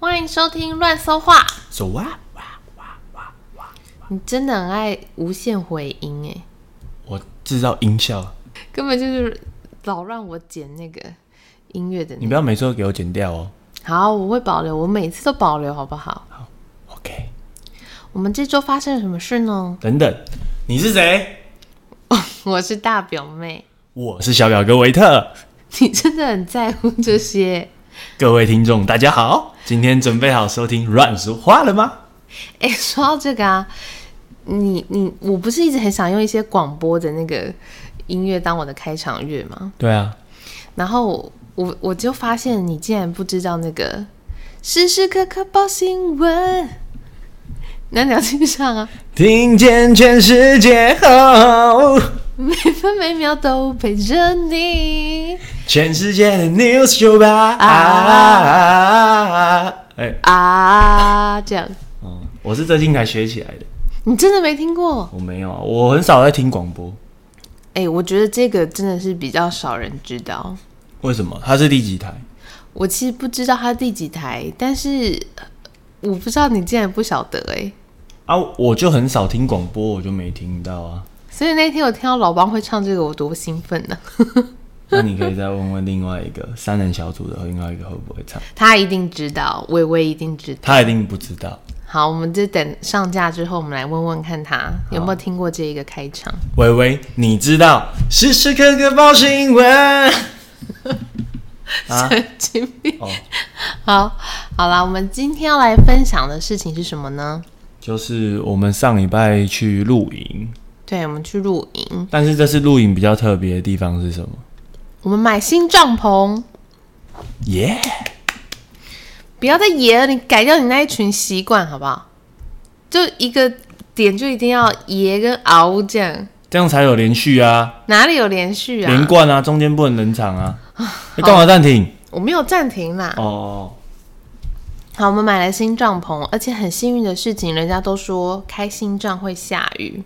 欢迎收听乱搜话。走啊！你真的很爱无限回音哎，我制造音效，根本就是扰乱我剪那个音乐的、那你不要每次都给我剪掉哦。好，我会保留，我每次都保留，好不好？ OK，我们这周发生了什么事呢？等等，你是谁？我是大表妹，我是小表哥维特。你真的很在乎这些。 各位听众，大家好，今天准备好收听乱说话了吗？哎、说到这个啊，你你我不是一直很想用一些广播的那个音乐当我的开场乐吗？对啊，然后我我我就发现你竟然不知道那个时时刻刻报新闻，那你要去唱啊， 听见全世界哦后，每分每秒都陪着你全世界的 news 酒吧。啊哎，啊，这样嗯，我是最近才学起来的，你真的没听过？我没有啊，我很少在听广播。哎、我觉得这个真的是比较少人知道。为什么？它是第几台？我其实不知道它第几台，但是呃我不知道你竟然不晓得哎、啊，我就很少听广播，我就没听到啊。所以那天我听到老帮会唱这个，我多兴奋呢、 那你可以再问问另外一个 三人小组的另外一个会不会唱，他一定知道，微微一定知道。他一定不知道。好，我们就等上架之后，我们来问问看他有没有听过这一个开场。微微，你知道时时刻刻报新闻， 啊神经病。哦 好，好啦，我们今天要来分享的事情是什么呢？就是我们上礼拜去露营，对，我们去露营，但是这次露营比较特别的地方是什么？我们买新帐篷。耶、不要再野了，你改掉你那一群习惯好不好？就一个点就一定要野跟熬这样，这样才有连续啊，哪里有连续连啊？贯啊，中间不能冷场啊。你干嘛暂停？我没有暂停啦。哦哦，好，我们买了新帐篷，而且很幸运的事情，人家都说开新帐会下雨，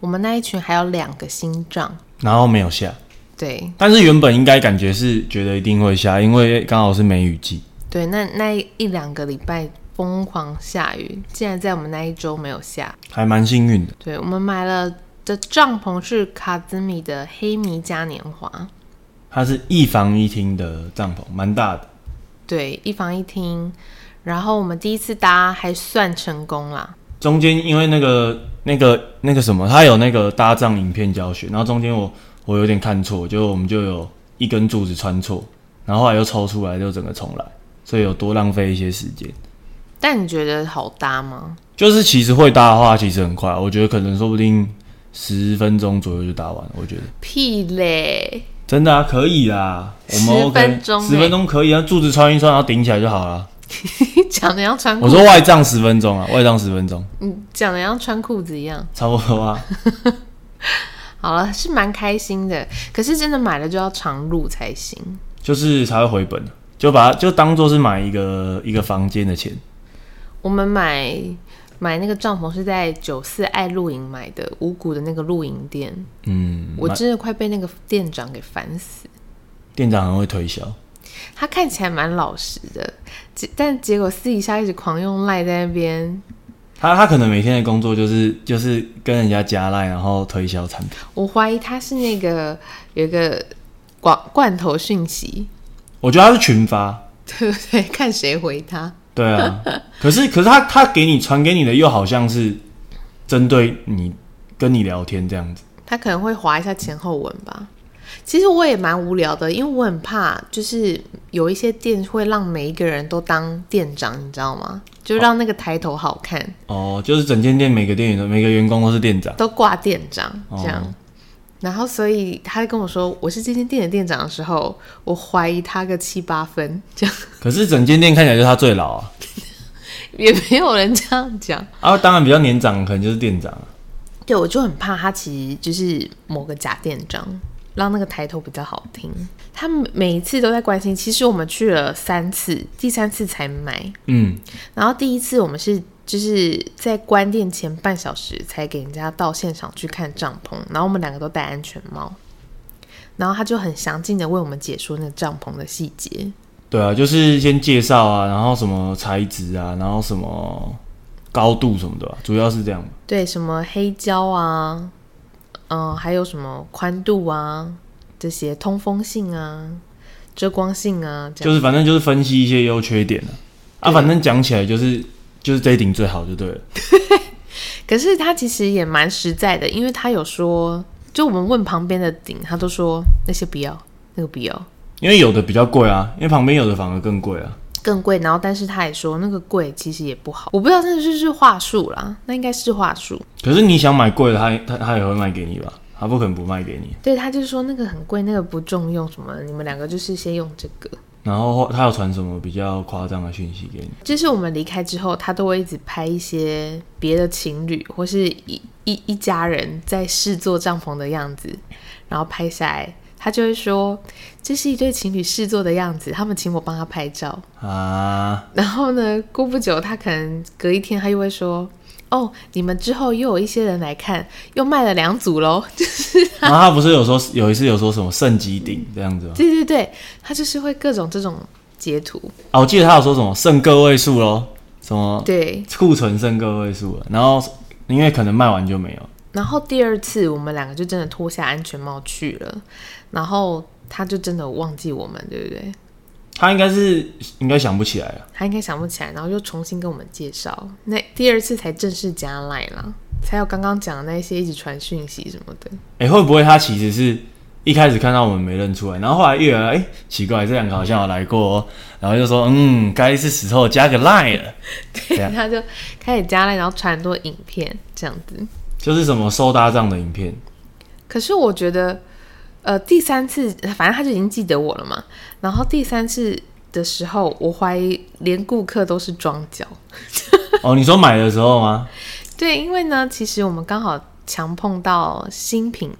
我们那一群还有两个新帐，然后没有下，对但是原本应该感觉是觉得一定会下，因为刚好是梅雨季。对，那那一两个礼拜疯狂下雨，竟然在我们那一周没有下。还蛮幸运的，对，我们买了的帐篷是卡兹米的黑米嘉年华。它是一房一厅的帐篷，蛮大的。对，一房一厅。然后我们第一次搭还算成功啦，中间因为那个那个那个什么，它有那个搭帐影片教学，然后中间我我有点看错，就我们就有一根柱子穿错，然后后来又抽出来，就整个重来，所以有多浪费一些时间。但你觉得好搭吗？就是其实会搭的话，其实很快，我觉得可能说不定十分钟左右就搭完，我觉得屁嘞！ 真的啊，可以啦，我们10 OK，分钟欸十分钟可以啊，柱子穿一穿，然后顶起来就好了。你讲的像穿我裤，说外帐十分钟啊，外帐十分钟，你讲的像穿裤子一样。差不多啊。好了，是蛮开心的，可是真的买了就要常入才行。就是才会回本，就把它就当做是买一个一个房间的钱。我们买买那个帐篷是在九四爱露营买的，五谷的那个露营店，嗯，我买真的快被那个店长给烦死。店长很会推销，他看起来蛮老实的，结但结果私底下一直狂用赖在那边他他可能每天的工作就是就是跟人家加赖，然后推销产品。我怀疑他是那个有一个罐罐头讯息， 我觉得他是群发，对不对？看谁回他。对 啊。可是可是他他给你传给你的又好像是针对你跟你聊天这样子。他可能会划一下前后文吧。其实我也蛮无聊的，因为我很怕，就是有一些店会让每一个人都当店长，你知道吗？就让那个抬头好看，哦，就是整间店每个店员都每个员工都是店长。都挂店长哦这样。然后，所以他跟我说我是这间店的店长的时候，我怀疑他个七八分，这样 可是整间店看起来就是他最老啊，也没有人这样讲。啊，当然比较年长可能就是店长啊。对，我就很怕他其实就是某个假店长，让那个抬头比较好听。他每每一次都在关心，其实我们去了三次，第三次才买。嗯，然后第一次我们是就是在关店前半小时才给人家到现场去看帐篷，然后我们两个都戴安全帽，然后他就很详尽的为我们解说那个帐篷的细节。对啊，就是先介绍啊，然后什么材质啊，然后什么高度什么的吧，啊主要是这样吧。对，什么黑胶啊，嗯、还有什么宽度啊，这些通风性啊、遮光性啊，这样就是反正就是分析一些优缺点啊。啊，对反正讲起来就是就是这一顶最好就对了。可是他其实也蛮实在的，因为他有说，就我们问旁边的顶，他都说那些不要，那个不要，因为有的比较贵啊，因为旁边有的反而更贵啊。更贵。然后，但是他也说那个贵其实也不好，我不知道那是不是话术啦，那应该是话术。可是你想买贵的，他他他也会卖给你吧？他不可能不卖给你。对，他就说那个很贵，那个不重用什么，你们两个就是先用这个。然后他有传什么比较夸张的讯息给你？就是我们离开之后，他都会一直拍一些别的情侣或是一一一家人在试做帐篷的样子，然后拍下来，他就会说这是一对情侣试做的样子，他们请我帮他拍照。啊，然后呢，过不久他可能隔一天他又会说。哦，你们之后又有一些人来看，又卖了两组 喽。然后他不是有说有一次有说什么圣极顶这样子吗？对对对，他就是会各种这种截图。啊，我记得他有说什么剩个位数咯，什么对，库存剩个位数了，然后因为可能卖完就没有。然后第二次我们两个就真的脱下安全帽去了，然后他就真的忘记我们，对不对？他应该是应该想不起来了，他应该想不起来，然后又重新跟我们介绍。那第二次才正式加 line 啦，才有刚刚讲的那些一直传讯息什么的。哎、会不会他其实是一开始看到我们没认出来，然后后来越来哎、诶奇怪，这两个好像有来过、哦，然后就说嗯，该是时候加个 line 了，这样他就开始加 line，然后传很多影片这样子。就是什么收搭账的影片，可是我觉得，呃，第三次反正他就已经记得我了嘛。然后第三次的时候，我怀疑连顾客都是装脚。哦，你说买的时候吗？对，因为呢，其实我们刚好强碰到新品，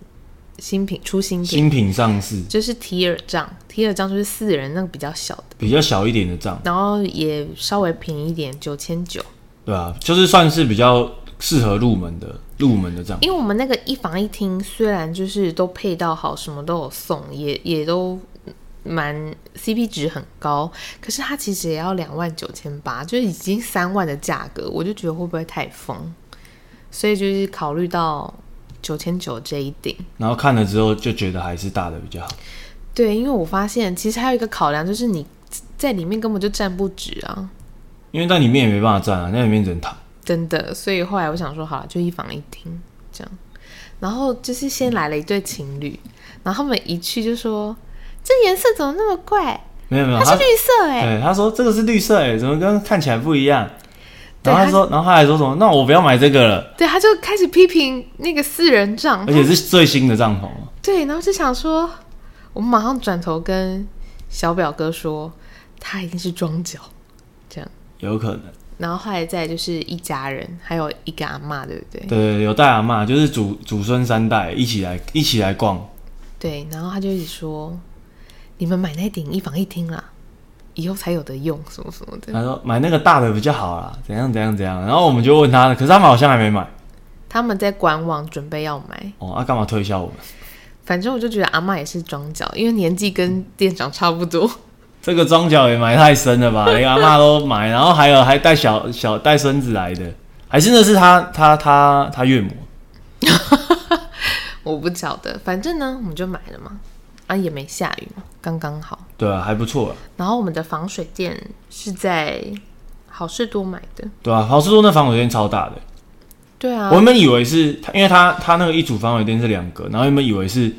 新品出新品，新品上市就是提尔帐，提尔帐就是四人那个比较小的，比较小一点的账，然后也稍微便宜一点，九千九。对吧、就是算是比较适合入门的入门的账，因为我们那个一房一厅虽然就是都配到好，什么都有送，也也都蛮 CP 值很高，可是它其实也要两万九千八，就是已经三万的价格，我就觉得会不会太疯？所以就是考虑到九千九这一顶。然后看了之后就觉得还是大的比较好。对，因为我发现其实还有一个考量就是你在里面根本就站不直啊，因为在里面也没办法站啊，在里面只能躺。真的。所以后来我想说，好了，就一房一厅这样。然后就是先来了一对情侣，然后他们一去就说：“这颜色怎么那么怪？没有没有，它他是绿色哎、对，他说这个是绿色哎诶，怎么跟看起来不一样？对然后他他说，然后他还说什么？那我不要买这个了，对，他就开始批评那个四人帐而，且是最新的帐篷哦。对，然后就想说，我们马上转头跟小表哥说，他一定是装脚这样。有可能。然后后来再来就是一家人，还有一个阿嬷，对不对？对对，对有带阿嬷，就是祖祖孙三代一起来一起来逛。对，然后他就一直说：“你们买那顶一房一厅啦，以后才有的用，什么什么的。他说买那个大的比较好啦，怎样怎样怎样。然后我们就问他，可是他们好像还没买”他们在官网准备要买，哦，他、干嘛推销我们？反正我就觉得阿嬷也是装脚，因为年纪跟店长差不多。 这个庄脚也埋太深了吧， 连阿嬷都埋，然后还有还带小小带孙子来的，还是那是他他他他岳母。我不晓得，反正呢，我们就买了嘛，啊，也没下雨嘛，刚刚好。对啊，还不错啊。然后我们的防水垫是在好事多买的，对啊，好事多那防水店超大的，对啊我，原本以为是他，因为他他那个一组防水垫是两个，然后原本以为是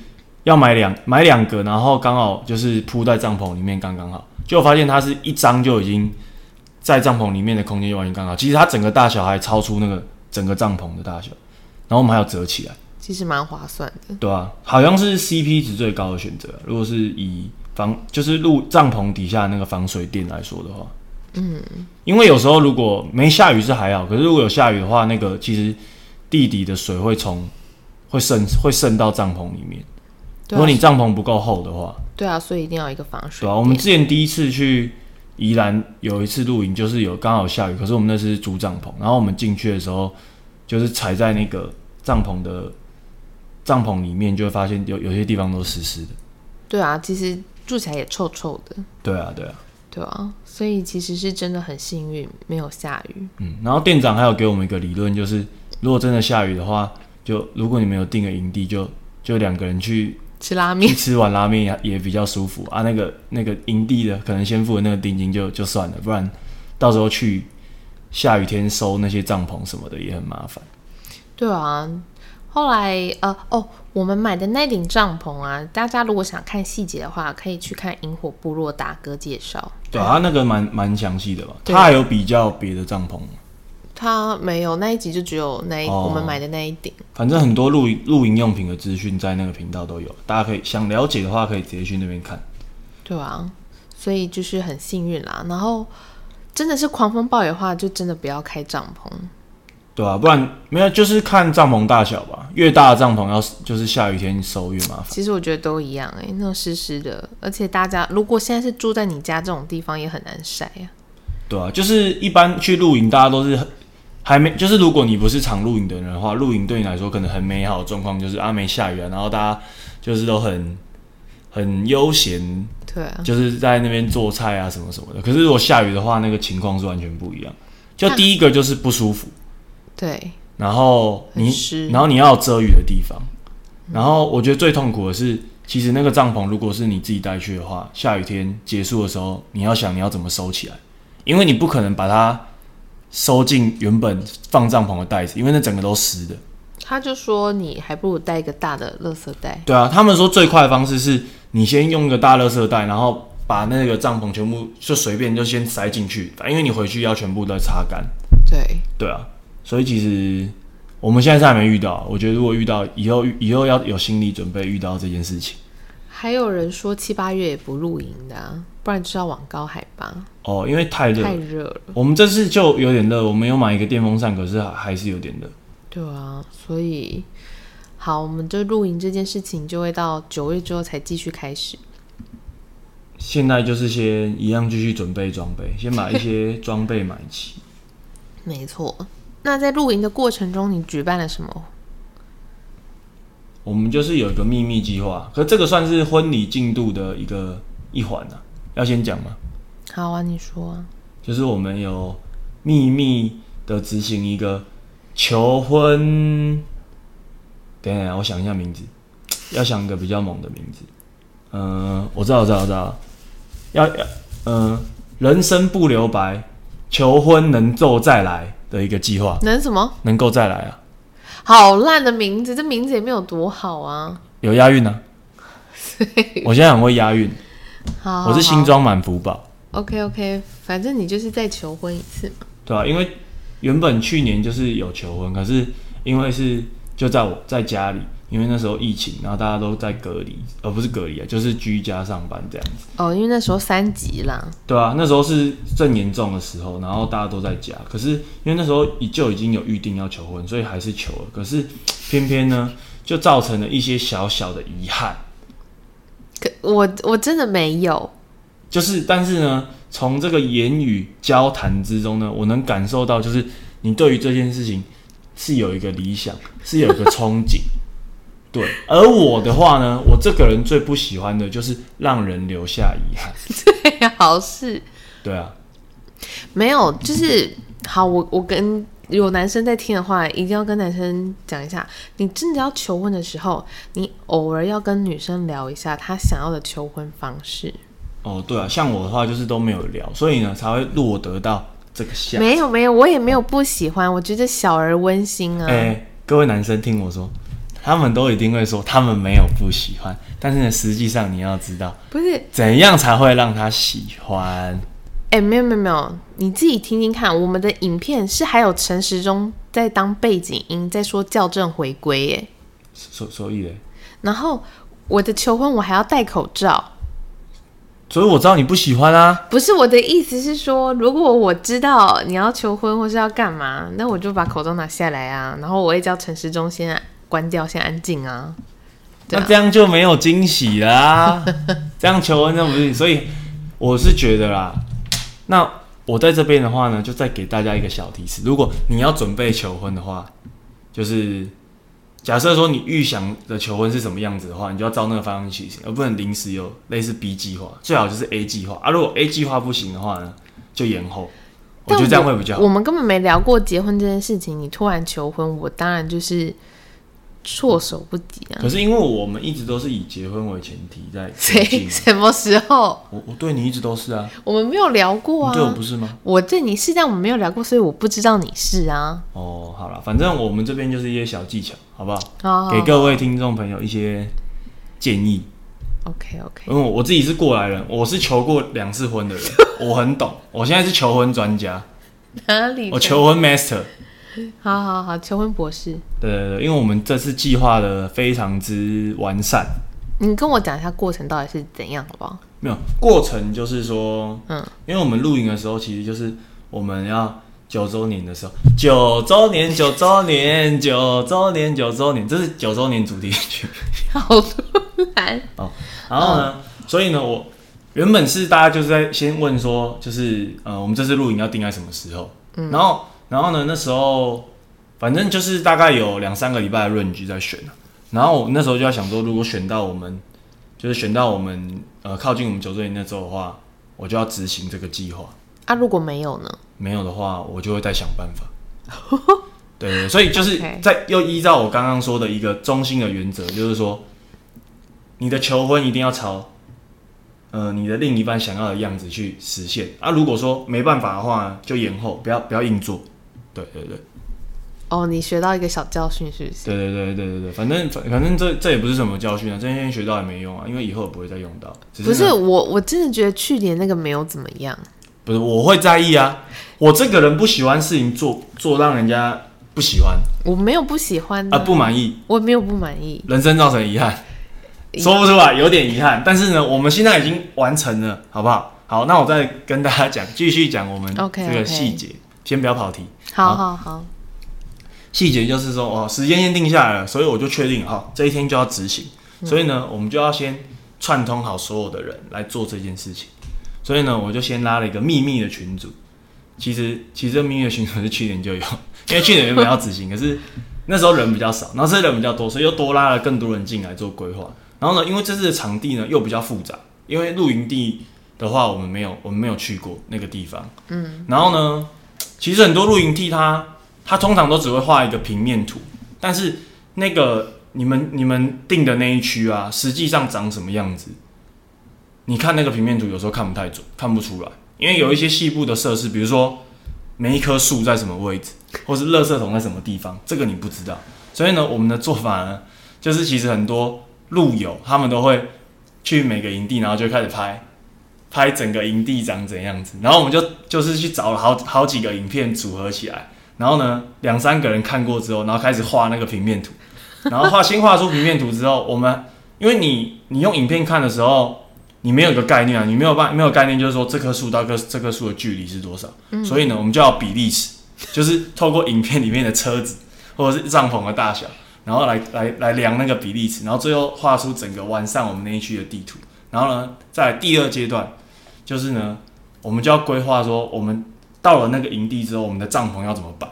要买两买两个，然后刚好就是铺在帐篷里面刚刚好，结果发现它是一张就已经在帐篷里面的空间就完全刚好，其实它整个大小还超出那个整个帐篷的大小，然后我们还有折起来，其实蛮划算的。对啊，好像是 CP 值最高的选择，如果是以防就是入帐篷底下那个防水垫来说的话，嗯，因为有时候如果没下雨是还好，可是如果有下雨的话，那个其实地底的水会从会渗会渗到帐篷里面。如对果啊，你帐篷不够厚的话，对啊，所以一定要有一个防水垫。对啊，我们之前第一次去宜兰有一次露营，就是有刚好下雨，可是我们那次是租帐篷，然后我们进去的时候，就是踩在那个帐篷的帐篷里面，就会发现有有些地方都湿湿的。对啊，其实住起来也臭臭的。对啊，对啊，对啊，所以其实是真的很幸运，没有下雨。嗯，然后店长还有给我们一个理论，就是如果真的下雨的话，就如果你们有定个营地，就就两个人去吃拉去面， 吃碗拉面也也比较舒服啊。那个那个营地的可能先付的那个定金就就算了，不然到时候去下雨天收那些帐篷什么的也很麻烦。对啊。后来呃哦，我们买的那顶帐篷啊，大家如果想看细节的话，可以去看《萤火部落》达哥介绍。对啊，他那个蛮蛮详细的吧？对他还有比较别的帐篷吗，他没有那一集，就只有那一、哦我们买的那一顶。反正很多露营露营用品的资讯在那个频道都有，大家可以想了解的话可以直接去那边看。对啊，所以就是很幸运啦。然后真的是狂风暴雨的话，就真的不要开帐篷。对啊，不然没有就是看帐篷大小吧，越大的帐篷要就是下雨天收越麻烦。其实我觉得都一样哎、那种湿湿的，而且大家如果现在是住在你家这种地方，也很难晒呀、对啊，就是一般去露营，大家都是很还没，就是如果你不是常露营的人的话，露营对你来说可能很美好的状况就是啊没下雨啊，然后大家就是都很很悠闲，对啊，就是在那边做菜啊什么什么的。可是如果下雨的话，那个情况是完全不一样。就第一个就是不舒服，对，然后你很湿，然后你要有遮雨的地方，然后我觉得最痛苦的是，其实那个帐篷如果是你自己带去的话，下雨天结束的时候，你要想你要怎么收起来，因为你不可能把它收进原本放帐篷的袋子，因为那整个都湿的。他就说你还不如带一个大的垃圾袋。对啊，他们说最快的方式是你先用一个大垃圾袋，然后把那个帐篷全部就随便就先塞进去，因为你回去要全部都擦干。对，对啊，所以其实我们现在是还没遇到，我觉得如果遇到以后以后要有心理准备遇到这件事情还有人说七八月也不露营的、啊，不然就是要往高海拔，哦，因为太热。太热了。我们这次就有点热，我们有买一个电风扇，可是还还是有点热。对啊，所以好，我们就露营这件事情就会到九月之后才继续开始。现在就是先一样继续准备装备，先把一些装备买齐。没错。那在露营的过程中，你举办了什么？我们就是有一个秘密计划，可这个算是婚礼进度的一个一环啊。要先讲吗？好啊，你说啊。就是我们有秘密的执行一个求婚。等一下，我想一下名字，要想一个比较猛的名字。嗯、我知道，我知道，我知道，要要，嗯、人生不留白，求婚能够再来的一个计划，能什么？能够再来啊，好烂的名字，这名字也没有多好啊。有押韵啊。我现在很会押韵，哦好我是新。装满福宝。 OK OK，反正你就是再求婚一次嘛。对啊，因为原本去年就是有求婚，可是因为是就在我在家里，因为那时候疫情，然后大家都在隔离，而、不是隔离啊，就是居家上班这样子。哦，因为那时候三级啦。对啊，那时候是正严重的时候，然后大家都在家，可是因为那时候已就已经有预定要求婚，所以还是求了。可是偏偏呢，就造成了一些小小的遗憾，可我我真的没有。 就是但是呢，从这个言语交谈之中呢，我能感受到，就是你对于这件事情是有一个理想，是有一个憧 憬。对，而我的话呢，我这个人最不喜欢的就是让人留下遗憾。对，好事对啊，没有，就是好。我我跟有男生在听的话，一定要跟男生讲一下，你真的要求婚的时候，你偶尔要跟女生聊一下她想要的求婚方式。哦，对啊，像我的话就是都没有聊，所以呢才会落得到这个下。没有没有，我也没有不喜欢，我觉得小而温馨啊。哎、各位男生听我说，他们都一定会说他们没有不喜欢，但是呢，实际上你要知道不是，怎样才会让他喜欢。哎、没有没有没有，你自己听听看，我们的影片是还有陈时中在当背景音，在说校正回归耶。所所以嘞。然后我的求婚我还要戴口罩，所以我知道你不喜欢啊。不是我的意思是说，如果我知道你要求婚或是要干嘛，那我就把口罩拿下来啊，然后我也叫陈时中先关掉，先安静啊。对啊那这样就没有惊喜啦、 这样求婚那不是？所以我是觉得啦，那我在这边的话呢，就再给大家一个小提示：如果你要准备求婚的话，就是假设说你预想的求婚是什么样子的话，你就要照那个方向去行，而不能临时有类似 B 计划，最好就是 A 计划啊。如果 A 计划不行的话呢，就延后。我但觉得这样会比较好我。。们根本没聊过结婚这件事情，你突然求婚，我当然就是措手不及啊！可是因为我们一直都是以结婚为前提在前谁进，什么时候？我我对你一直都是啊，我们没有聊过你啊！对我不是吗？我对你是，但我们没有聊过，所以我不知道你是啊。哦，好了，反正我们这边就是一些小技巧，好不好？哦给各位听众朋友一些建议。 ，OK OK，因为我自己是过来人，我是求过两次婚的 人，我很懂。我现在是求婚专家， 哪里？我求婚 master。好好好，求婚博士，对对对，因为我们这次计划的非常之完善，你跟我讲一下过程到底是怎样，好不好？没有过程就是说，嗯，因为我们露营的时候，其实就是我们要九周年的时候，九周年，九周年，九周年，九周年，这是九周年主题曲。好突然，然后呢，所以呢，我原本是大家就是在先问说，就是呃，我们这次露营要定在什么时候？然后，然后呢，那时候反正就是大概有两三个礼拜的论据在选啊然后我那时候就在想说，如果选到我们，就是选到我们呃靠近我们九周年那周的话，我就要执行这个计划。啊，如果没有呢？没有的话，我就会再想办 法。对对，对所以就是 OK 在又依照我刚刚说的一个中心的原则，就是说，你的求婚一定要朝，呃，你的另一半想要的样子去实现。啊，如果说没办法的话，就延后，不要不要硬做。对对对哦，你学到一个小教训是不是？对对对对对对，反正反反正这这也不是什么教训啊，这些学到也没用啊，因为以后也不会再用到。只不是呢我，我真的觉得去年那个没有怎么样。不是，我会在意啊，我这个人不喜欢事情做做让人家不喜欢我没有不喜欢的，啊不满意。我也没有不满意。人生造成遗憾，说不出来，有点遗憾。但是呢，我们现在已经完成了，好不好？好，那我再跟大家讲，继续讲我们 OK，OK 这个细节先不要跑题。好好好，细节就是说，哦，时间先定下来了，所以我就确定，好、这一天就要执行。所以呢，我们就要先串通好所有的人来做这件事情。所以呢，我就先拉了一个秘密的群组。其实，其实这秘密的群组是去年就有，因为去年原本要执行，可是那时候人比较少，然后这次人比较多，所以又多拉了更多人进来做规划。然后呢，因为这次的场地呢又比较复杂，因为露营地的话，我们没有，我们没有去过那个地方。嗯，然后呢，其实很多露营地它它通常都只会画一个平面图，但是那个你们你们定的那一区啊，实际上长什么样子，你看那个平面图有时候看不太准，看不出来，因为有一些细部的设施，比如说每一棵树在什么位置，或是垃圾桶在什么地方，这个你不知道。所以呢，我们的做法呢，就是其实很多路友他们都会去每个营地，然后就开始拍。拍整个营地长怎样子，然后我们就就是去找了好好几个影片组合起来，然后呢，两三个人看过之后，然后开始画那个平面图，然后画新画出平面图之后，我们因为你你用影片看的时候，你没有一个概念啊，你没有办没有概念，就是说这棵树到这棵这棵树的距离是多少，所以呢，我们就要比例尺，就是透过影片里面的车子或者是帐篷的大小，然后来来来量那个比例尺，然后最后画出整个完善我们那一区的地图，然后呢，在第二阶段就是呢，我们就要规划说我们。到了那个营地之后，我们的帐篷要怎么摆？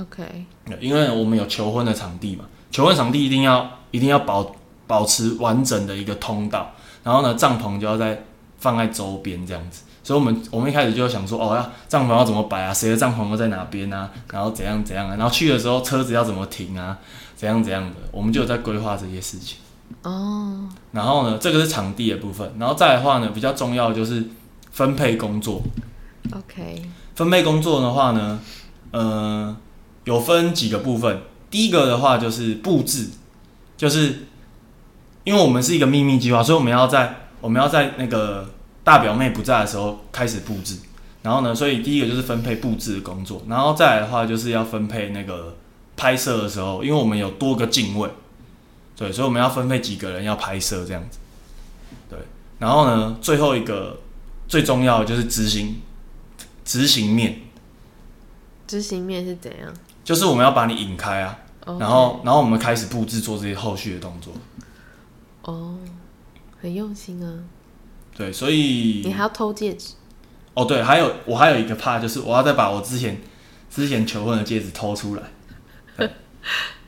OK，因为我们有求婚的场地嘛，求婚场地一定要一定要保保持完整的一个通道，然后呢，帐篷就要在放在周边这样子。所以我们我们一开始就想说，哦，要帐篷要怎么摆啊？谁的帐篷要在哪边啊？然后怎样怎样啊？然后去的时候车子要怎么停啊？怎样怎样的？我们就有在规划这些事情。哦，然后呢，这个是场地的部分。然后再来的话呢，比较重要的就是分配工作。 OK，分配工作的话呢，呃，有分几个部分。第一个的话就是布置，就是因为我们是一个秘密计划，所以我们要在我们要在那个大表妹不在的时候开始布置。然后呢，所以第一个就是分配布置的工作，然后再来的话就是要分配那个拍摄的时候，因为我们有多个镜位，对，所以我们要分配几个人要拍摄这样子。对，然后呢，最后一个最重要的就是执行执行面，执行面是怎样？就是我们要把你引开啊，哦然后然后我们开始布置做这些后续的动作。哦，很用心啊，嗯对，所以你还要偷戒指，哦对，还有我还有一个 怕就是我要再把我之前之前求婚的戒指偷出来。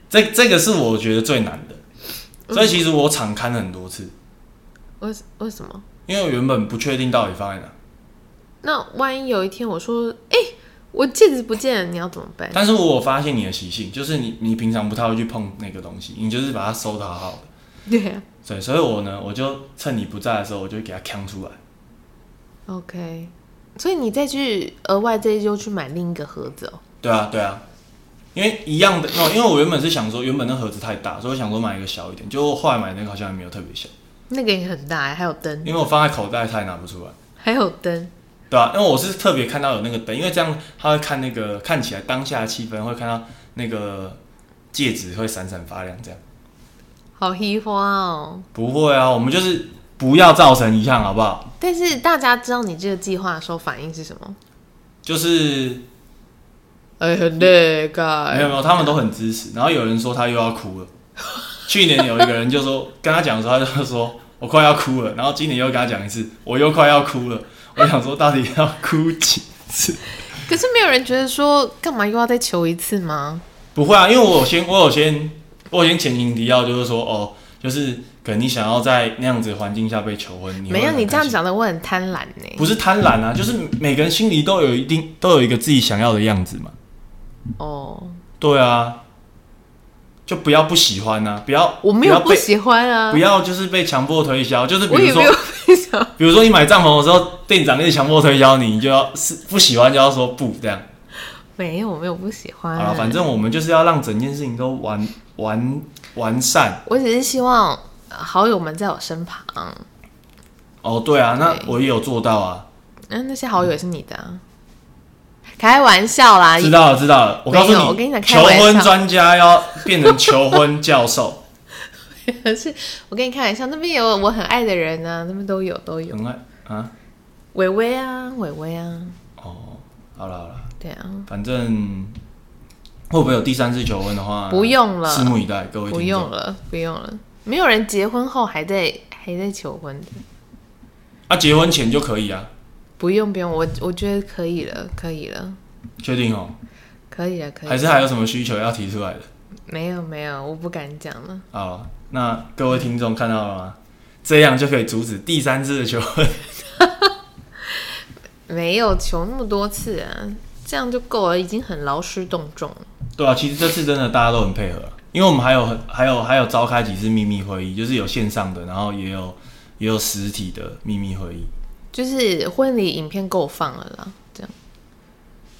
这这个是我觉得最难的，嗯所以其实我敞刊很多次，为为什么？因为我原本不确定到底放在哪，那万一有一天我说，哎、我戒指不见了，你要怎么办？但是我有发现你的习性，就是你你平常不太会去碰那个东西，你就是把它收的好好的。对啊对，所以我呢，我就趁你不在的时候，我就给它扛出来。 ，OK。所以你再去额外这一周去买另一个盒子哦。对啊，对啊，因为一样的哦，因为我原本是想说，原本那盒子太大，所以我想说买一个小一点，结果后来买那个好像也没有特别小，那个也很大欸，还有灯，因为我放在口袋它也拿不出来。还有灯。对啊，因为我是特别看到有那个灯，因为这样他会看那个看起来当下的气氛，会看到那个戒指会闪闪发亮这样。好稀花哦！不会啊，我们就是不要造成遗憾，好不好？但是大家知道你这个计划的时候，反应是什么？就是哎，很累，没有该没有，他们都很支持。然后有人说他又要 哭了，去年有一个人就说跟他讲的时候，他就说我快要哭了。然后今年又跟他讲一次，我又快要哭了。我想说到底要哭几次？可是没有人觉得说，干嘛又要再求一次吗？不会啊，因为我有先我有先我有先前情提要，就是说哦，就是可能你想要在那样子的环境下被求婚，你会没有，很你这样开心讲的，我很贪婪欸呢、不是贪婪啊，就是每个人心里都有一定都有一个自己想要的样子嘛。哦，对啊，就不要不喜欢啊，不要我没有要不被喜欢啊不，要就是被强迫推销，就是比我如也没有说，不喜欢。啊比如说你买帐篷的时候，店长一直强迫推销你，你就要是不喜欢就要说不这样。没有，我没有不喜欢。啊好了，反正我们就是要让整件事情都完完完善。我只是希望呃好友们在我身旁，哦，对啊，那我也有做到啊，嗯，那些好友也是你的、啊，开玩笑啦。知道了知道了。我告诉没有我跟你，你讲开求玩笑婚专家要变成求婚教授， 可是我跟你开玩笑，那边有我很爱的人啊，那边都有都有，很爱啊。伟伟啊，伟伟啊，哦，好了好了，对啊，反正会不会有第三次求婚的话，不用了拭目以待，各位不听用众。了，不用了，没有人结婚后还在还在求婚的，啊，结婚前就可以啊，不用不用，我我觉得可以了，可以了，确定哦？可以了，可以还了，是还有什么需求要提出来的？没有没有，我不敢讲了，好，那各位听众看到了吗？这样就可以阻止第三次的求婚。没有求那么多次啊，这样就够了，已经很劳师动众了。对啊，其实这次真的大家都很配合，啊因为我们还有很还有还有召开几次秘密会议，就是有线上的，然后也有也有实体的秘密会议，就是婚礼影片够放了啦，这样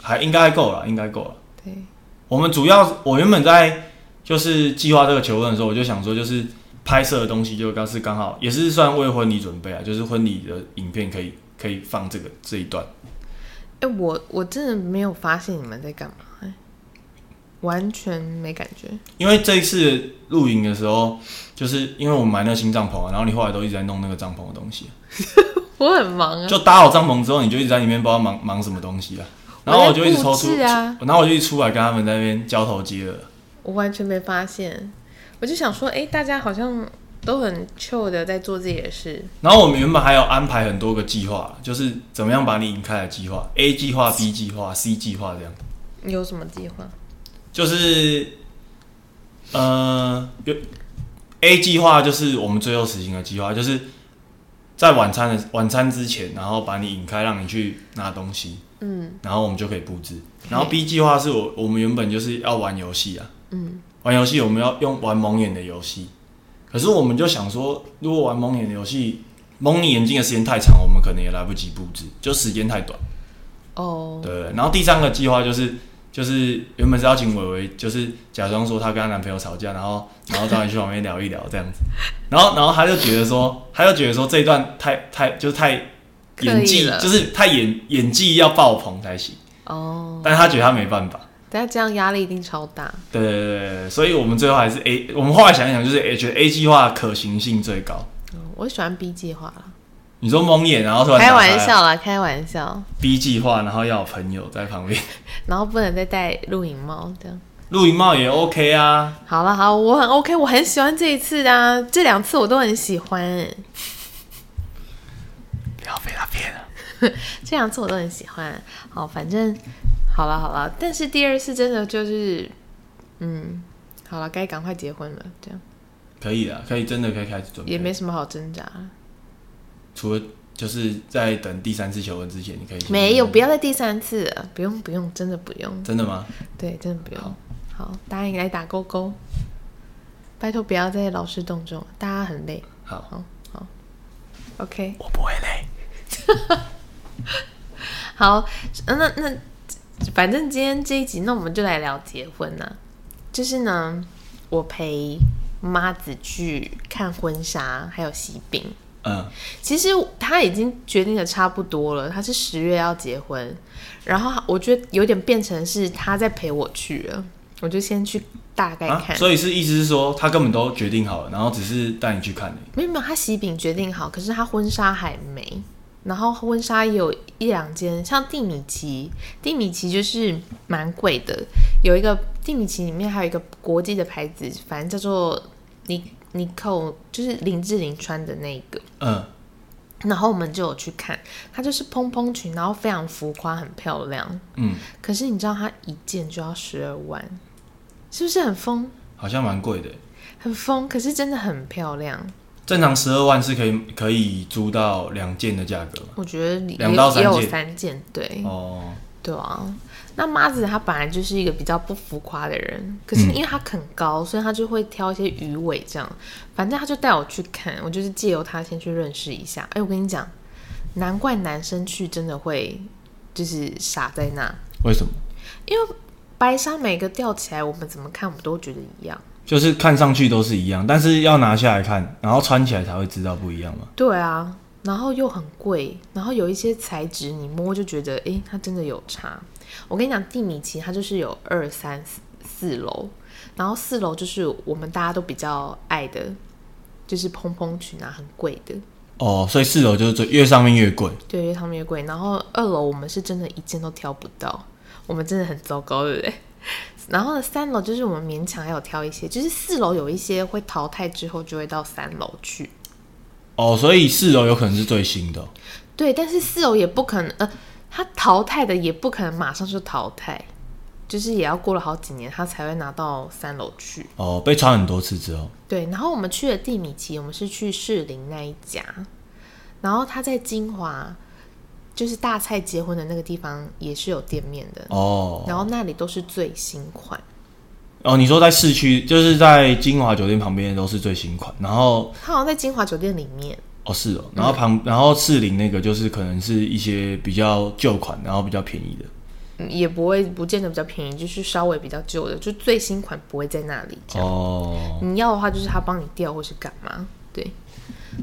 还应该够了，应该够了。对，我们主要我原本在就是计划这个求婚的时候，我就想说就是。拍摄的东西就刚是刚好，也是算为婚礼准备啊，就是婚礼的影片可以可以放这个这一段，哎、我我真的没有发现你们在干嘛、哎，完全没感觉。因为这一次露营的时候，就是因为我们买那个新帐篷啊，然后你后来都一直在弄那个帐篷的东西， 我很忙啊，就搭好帐篷之后，你就一直在里面不知道忙忙什么东西啊。然后我就一直抽我在布出，置啊然后我就一直出来跟他们在那边交头接耳。我完全没发现。我就想说，哎、大家好像都很 chill 的在做自己的事。然后我们原本还有安排很多个计划，就是怎么样把你引开的计划，A 计划、B 计划、C 计划这样。你有什么计划？就是，呃，有 A 计划就是我们最后实行的计划，就是在晚餐的晚餐之前，然后把你引开，让你去拿东西，嗯，然后我们就可以布置。然后 B 计划是我我们原本就是要玩游戏啊，嗯，玩游戏我们要用玩蒙眼的游戏，可是我们就想说，如果玩蒙眼的游戏，蒙你眼睛的时间太长，我们可能也来不及布置，就时间太短。哦，对，然后第三个计划就是就是原本是要请伟伟，就是假装说她跟她男朋友吵架，然后然后找你去旁边聊一聊这样子，然后然后她就觉得说，她就觉得说这一段太太就是太演刻意技，了就是太演演技要爆棚才行，哦，但是她觉得她没办法。大家这样压力一定超大。对对对对，所以我们最后还是 A，我们后来想一想，就是 A 觉得 A 计划可行性最高。嗯我喜欢 B 计划啦，你说蒙眼，然后突然开打啊开玩笑啦，开玩笑。 ，B 计划，然后要有朋友在旁边，然后不能再戴露营帽这样。露营帽也 OK 啊，好了好，我很 OK，我很喜欢这一次的、啊，这两次我都很喜欢，不要被他骗了。这两次我都很喜欢。好，反正好了好了，但是第二次真的就是，嗯，好了，该赶快结婚了，这样可以啊的，可以真的可以开始准备。也没什么好挣扎。除了就是在等第三次求婚之前，你可以先没有，不要再第三次了，不用不用，真的不用，真的吗？对，真的不用。好，大家来打勾勾，拜托不要再劳师动众，大家很累。好，好好，OK，我不会累。好，呃那那反正今天这一集，那我们就来聊结婚呐、就是呢，我陪妈子去看婚纱，还有喜饼。嗯，其实他已经决定的差不多了，他是十月要结婚，然后我觉得有点变成是他在陪我去了，我就先去大概啊，看。所以是意思是说他根本都决定好了，然后只是带你去看而已没有没有，他喜饼决定好，可是他婚纱还没。然后婚纱也有一两间，像蒂米奇，蒂米奇就是蛮贵的，有一个蒂米奇里面还有一个国际的牌子，反正叫做尼尼寇，就是林志玲穿的那个。嗯，然后我们就有去看，它就是蓬蓬裙，然后非常浮夸，很漂亮。嗯，可是你知道它一件就要十二万，是不是很疯？好像蛮贵的。很疯，可是真的很漂亮。正常十二万是可以可以租到两件的价格嘛？我觉得也两到也三件有三件，对、哦，对啊。那妈子她本来就是一个比较不浮夸的人，可嗯是因为她很高，所以她就会挑一些鱼尾这样。反正她就带我去看，我就是借由她先去认识一下。哎，我跟你讲，难怪男生去真的会就是傻在那。为什么？白纱每个吊起来，我们怎么看我们都觉得一样。就是看上去都是一样，但是要拿下来看，然后穿起来才会知道不一样嘛。对啊，然后又很贵，然后有一些材质你摸就觉得，诶，它真的有差。我跟你讲，蒂米奇它就是有二三四四楼，然后四楼就是我们大家都比较爱的，就是蓬蓬裙啊，很贵的，哦，所以四楼就是最越上面越贵。对，越上面越贵。然后二楼我们是真的一件都挑不到，我们真的很糟糕，对不 对？然后呢，三楼就是我们勉强还有挑一些，就是四楼有一些会淘汰之后就会到三楼去。哦，所以四楼有可能是最新的哦、对，但是四楼也不可能，呃，他淘汰的也不可能马上就淘汰，就是也要过了好几年，他才会拿到三楼去。哦，被穿很多次之后，对，然后我们去了蒂米奇，我们是去士林那一家，然后他在金华，就是大蔡结婚的那个地方也是有店面的，哦然后那里都是最新款，哦，你说在市区，就是在金华酒店旁边都是最新款，然后他好像在金华酒店里面。哦是嗯哦，然后旁、然后士林那个就是可能是一些比较旧款，然后比较便宜的。嗯也不会不见得比较便宜，就是稍微比较旧的，就最新款不会在那里这样。哦，你要的话就是他帮你调或是干嘛，对。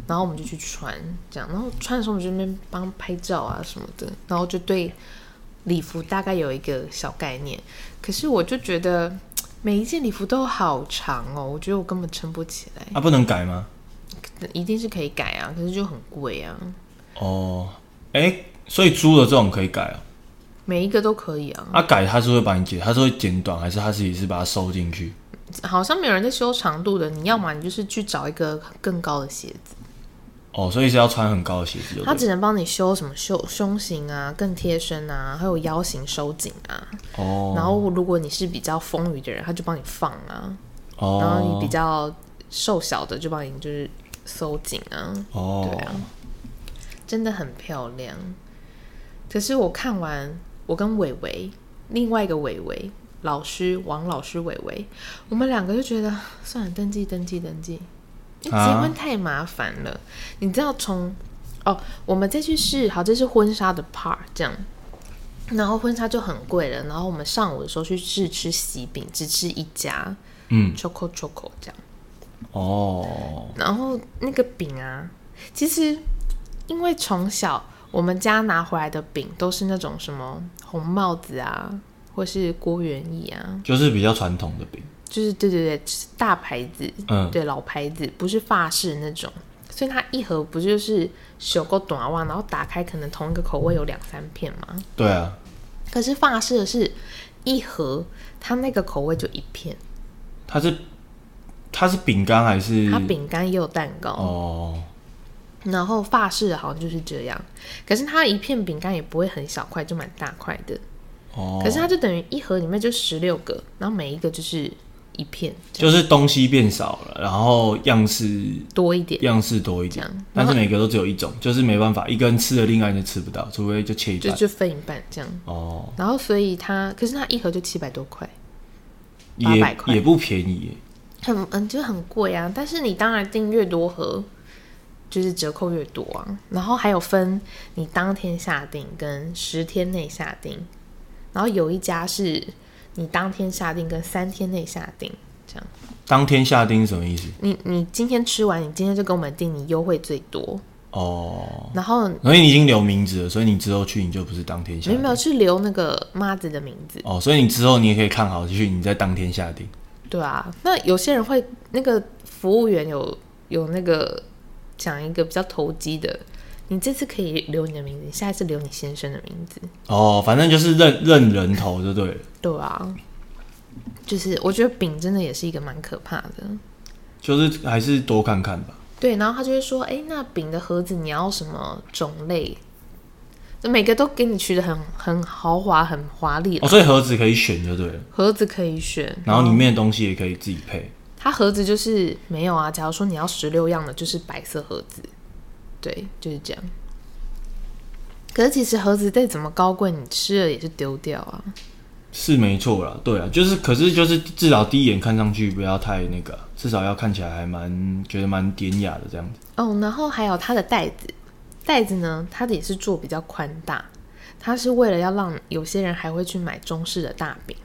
然后我们就去穿，这样，然后穿的时候我们就在那边帮拍照啊什么的，然后就对礼服大概有一个小概念。可是我就觉得每一件礼服都好长哦，我觉得我根本撑不起来，啊不能改吗？一定是可以改啊，可是就很贵啊，哦，哎，所以租的这种可以改哦。每一个都可以啊，啊改它是会把你剪，它是会剪短，还是它自己是把它收进去？好像没有人在修长度的，你要么你就是去找一个更高的鞋子，哦，所以是要穿很高的鞋子就它对了。只能帮你修什么胸胸型啊、更贴身啊，还有腰型收紧啊。哦然后如果你是比较丰腴的人，他就帮你放啊；然后你哦比较瘦小的，就帮你就是收紧啊，哦，真的很漂亮。可是我看完，我跟伟伟另外一个伟伟老师王老师伟伟，我们两个就觉得算了，登记登记登记，因为结啊婚太麻烦了。你知道从哦，我们再去试，好，这是婚纱的 part 这样。然后婚纱就很贵了，然后我们上午的时候去试吃喜饼，只吃一家嗯，choco choco 这样。哦，然后那个饼啊，其实因为从小我们家拿回来的饼都是那种什么红帽子啊，或是郭元益啊，就是比较传统的饼。就是对对对，就是大牌子，嗯对老牌子，不是法式那种。所以它一盒不就是小够短袜，然后打开可能同一个口味有两三片嘛。对啊，可是法式的是一盒，它那个口味就一片，它是它是饼干还是它饼干也有蛋糕。嗯哦然后法式好像就是这样，可是它一片饼干也不会很小块，就蛮大块的。哦，可是它就等于一盒里面就十六个，然后每一个就是一片就是东西变少了，然后样式多一点，样式多一这点，样，然但后是每个都只有一种，就是没办法，一个人吃了，另外一个吃不到，除非就切一就半。就分一半这样。哦，然后所以它，可是它一盒就七百多块，800也块也不便宜耶，很嗯就是很贵啊。但是你当然订越多盒，就是折扣越多啊。然后还有分你当天下订跟十天内下订，然后有一家是你当天下订跟三天内下订这样。当天下订是什么意思？你你今天吃完，你今天就跟我们订，你优惠最多。哦，然后所以你已经留名字了，所以你之后去你就不是当天下没有订没有去留那个妈子的名字，哦，所以你之后你也可以看好去，你在当天下订。对啊。那有些人会那个服务员有有那个讲一个比较投机的，你这次可以留你的名字，你下一次留你先生的名字，哦，反正就是认认人头就对了，对啊。就是我觉得饼真的也是一个蛮可怕的，就是还是多看看吧。对。然后他就会说，哎，那饼的盒子你要什么种类？就每个都给你取的很很豪华、很华丽哦，所以盒子可以选就对了，盒子可以选，然后里面的东西也可以自己配。它盒子就是没有啊。假如说你要十六样的，就是白色盒子，对，就是这样。可是其实盒子再怎么高贵，你吃了也是丢掉啊。是没错啦，对啊，就是，可是就是至少第一眼看上去不要太那个啊，至少要看起来还蛮觉得蛮典雅的这样子。哦，然后还有它的袋子，袋子呢，它的也是做比较宽大，它是为了要让有些人还会去买中式的大饼，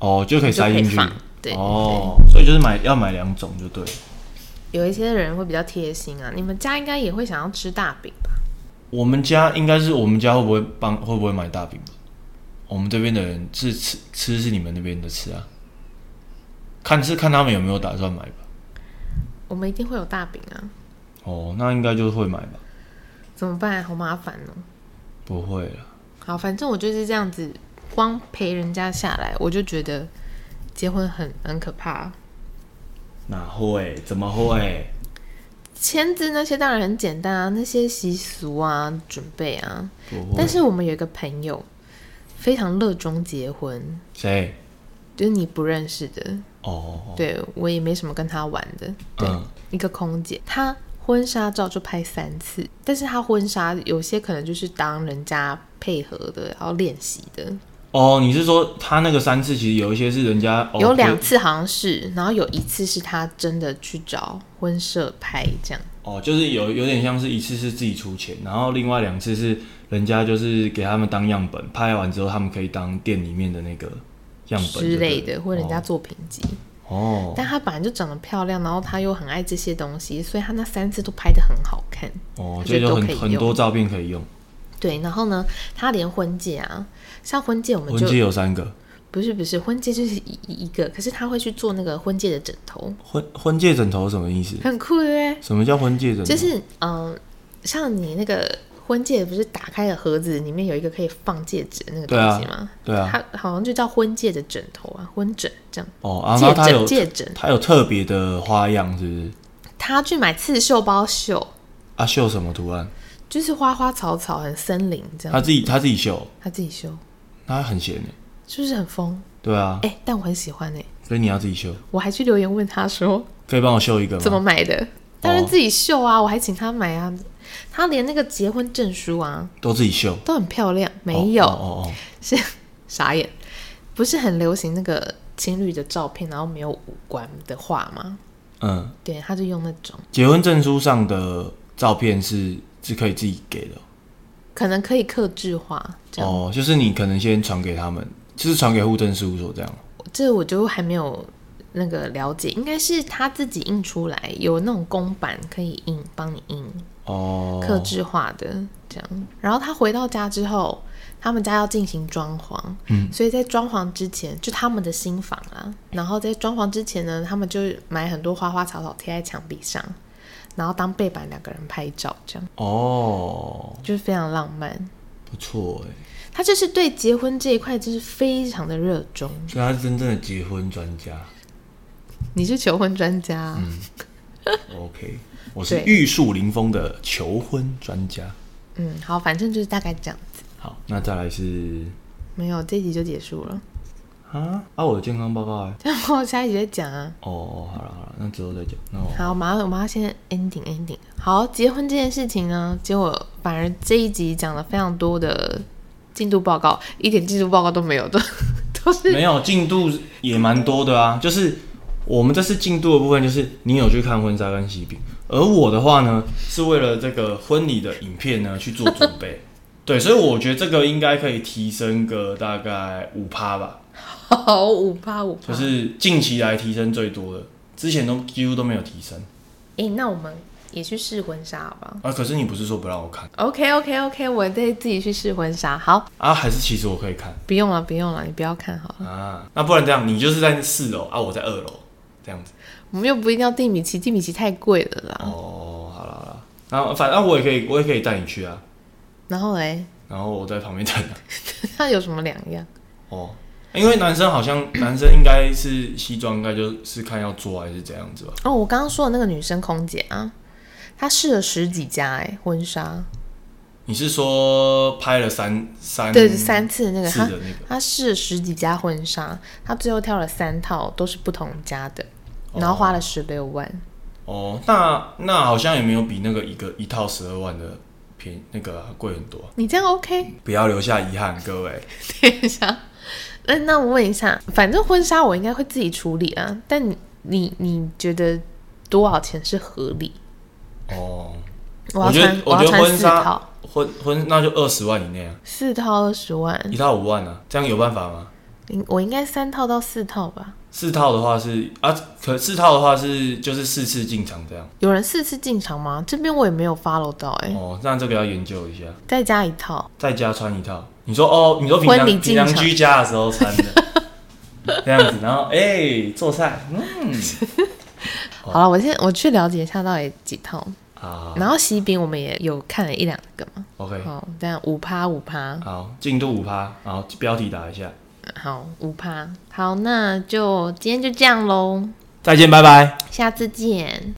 哦，就可以就塞可以进去。放。对，哦，所以就是买要买两种就对了。有一些人会比较贴心啊。你们家应该也会想要吃大饼吧？我们家应该是我们家会不会帮会不会买大饼吧？我们这边的人是吃吃是你们那边的吃啊，看是看他们有没有打算买吧。我们一定会有大饼啊，哦，那应该就会买吧？怎么办？好麻烦哦。不会了，好，反正我就是这样子，光陪人家下来，我就觉得结婚很很可怕。哪会？怎么会？签字那些当然很简单啊，那些习俗啊、准备啊。不会但。是我们有一个朋友非常热衷结婚，谁？就是你不认识的，哦，对我也没什么跟他玩的。对，嗯一个空姐，她婚纱照就拍三次，但是她婚纱有些可能就是当人家配合的，然后练习的。哦，你是说他那个三次，其实有一些是人家、哦、有两对次好像是，然后有一次是他真的去找婚摄拍这样。哦，就是有有点像是一次是自己出钱，然后另外两次是人家就是给他们当样本，拍完之后他们可以当店里面的那个样本之类的，或会者人家作品集，哦但她本来就长得漂亮，然后她又很爱这些东西，所以她那三次都拍得很好看。哦，这所以个就都很可以很用多照片可以用。对，然后呢，她连婚戒啊，像婚戒我们婚就戒有三个，不是不是婚戒就是一一一个，可是她会去做那个婚戒的枕头，婚婚戒枕头什么意思？很酷对不对？什么叫婚戒枕头？就是嗯、像你那个婚戒不是打开了盒子，里面有一个可以放戒指的那个对东啊西吗？对啊，它好像就叫婚戒的枕头啊，婚枕这样。哦，啊，然后戒它枕有戒枕，它有特别的花样，是不是？他去买刺绣包绣，啊，绣什么图案？就是花花草草很森林这他样，自己他自己绣，他自己绣，他很闲的。是不是很疯？对啊，哎、但我很喜欢哎、所以你要自己绣，我还去留言问他说可以帮我绣一个吗？怎么买哦的，当然自己绣啊，我还请他买啊，他连那个结婚证书啊都自己绣？都很漂亮，没有、哦哦哦，是傻眼，不是很流行那个情侣的照片，然后没有五官的画吗？嗯，对，他就用那种，结婚证书上的照片是是可以自己给的可能可以克制化这样。哦，就是你可能先传给他们，就是传给户政事务所这样。这我就还没有那个了解，应该是他自己印出来，有那种公版可以印，帮你印，哦，刻制化的、这样。然后他回到家之后，他们家要进行装潢，嗯，所以在装潢之前，就他们的新房啊，然后在装潢之前呢，他们就买很多花花草草贴在墙壁上，然后当背板两个人拍照，这样哦，就是非常浪漫。不错哎，他就是对结婚这一块就是非常的热衷。所以他是真正的结婚专 家。你是求婚专家、啊， OK，我是对玉树临风的求婚专家。嗯，好，反正就是大概这样。好，那再来是没有，这集就结束了。 啊啊！我的健康报告哎、这样我下一集再讲啊。哦，好了好了，那之后再讲。那我好，马上我们要先 ending ending。好，结婚这件事情呢，结果反而这一集讲了非常多的进度报告，一点进度报告都 没有的，都是没有进度也蛮多的啊，就是我们这次进度的部分，就是你有去看婚纱跟喜饼，而我的话呢，是为了这个婚礼的影片呢去做准备。对，所以我觉得这个应该可以提升个大概五趴吧，好五八五八就。是近期来提升最多的，之前都几乎都没有提升诶，那我们也去试婚纱好不好啊。可是你不是说不让我看 OK OK OK，我得自己去试婚纱。好，啊？还是其实我可以看不用了，不用了，你不要看好了。啊？那不然这样，你就是在四楼啊，我在二楼，这样子。我们又不一定要订米奇，订米奇太贵了啦。哦，好了好了，然后反正啊我也可以，我也可以带你去啊。然后嘞， 然后我在旁边等啊。 那有什么两样？哦，因为男生好像 男生应该是西装，应该就是看要做还是怎样子吧。哦，我刚刚说的那个女生空姐啊，她试了十几家哎、婚纱，你是说拍了三三对，三次那个次她的那个？她试了十几家婚纱，她最后挑了三套，都是不同家的，然后花了十六万。哦，那那好像也没有比那个一个一套十二万的便宜那个啊贵、很多啊、你这样 OK？ 不要留下遗憾，各位。等一下，那那我问一下，反正婚纱我应该会自己处理啊，但你你你觉得多少钱是合理？哦，我要觉得穿我要觉得穿婚四纱套，婚婚那就二十万以内啊，四套二十万，一套五万啊，这样有办法吗？应我应该三套到四套吧？四套的话是啊，可四套的话是就是四次进场这样。有人四次进场吗？这边我也没有 follow 到哎、哦，那这个要研究一下。再加一套，在家穿一套。你说哦，你说平婚常礼平进场常居家的时候穿 的，这样子，然后哎、做菜，嗯好了，我先我去了解一下到底几套。哦好然后喜饼我们也有看了一两个嘛，啊，OK，好，这样五趴五趴，好，进度五趴，好，标题打一下，好五趴，好，那就今天就这样喽，再见，拜拜。下次见。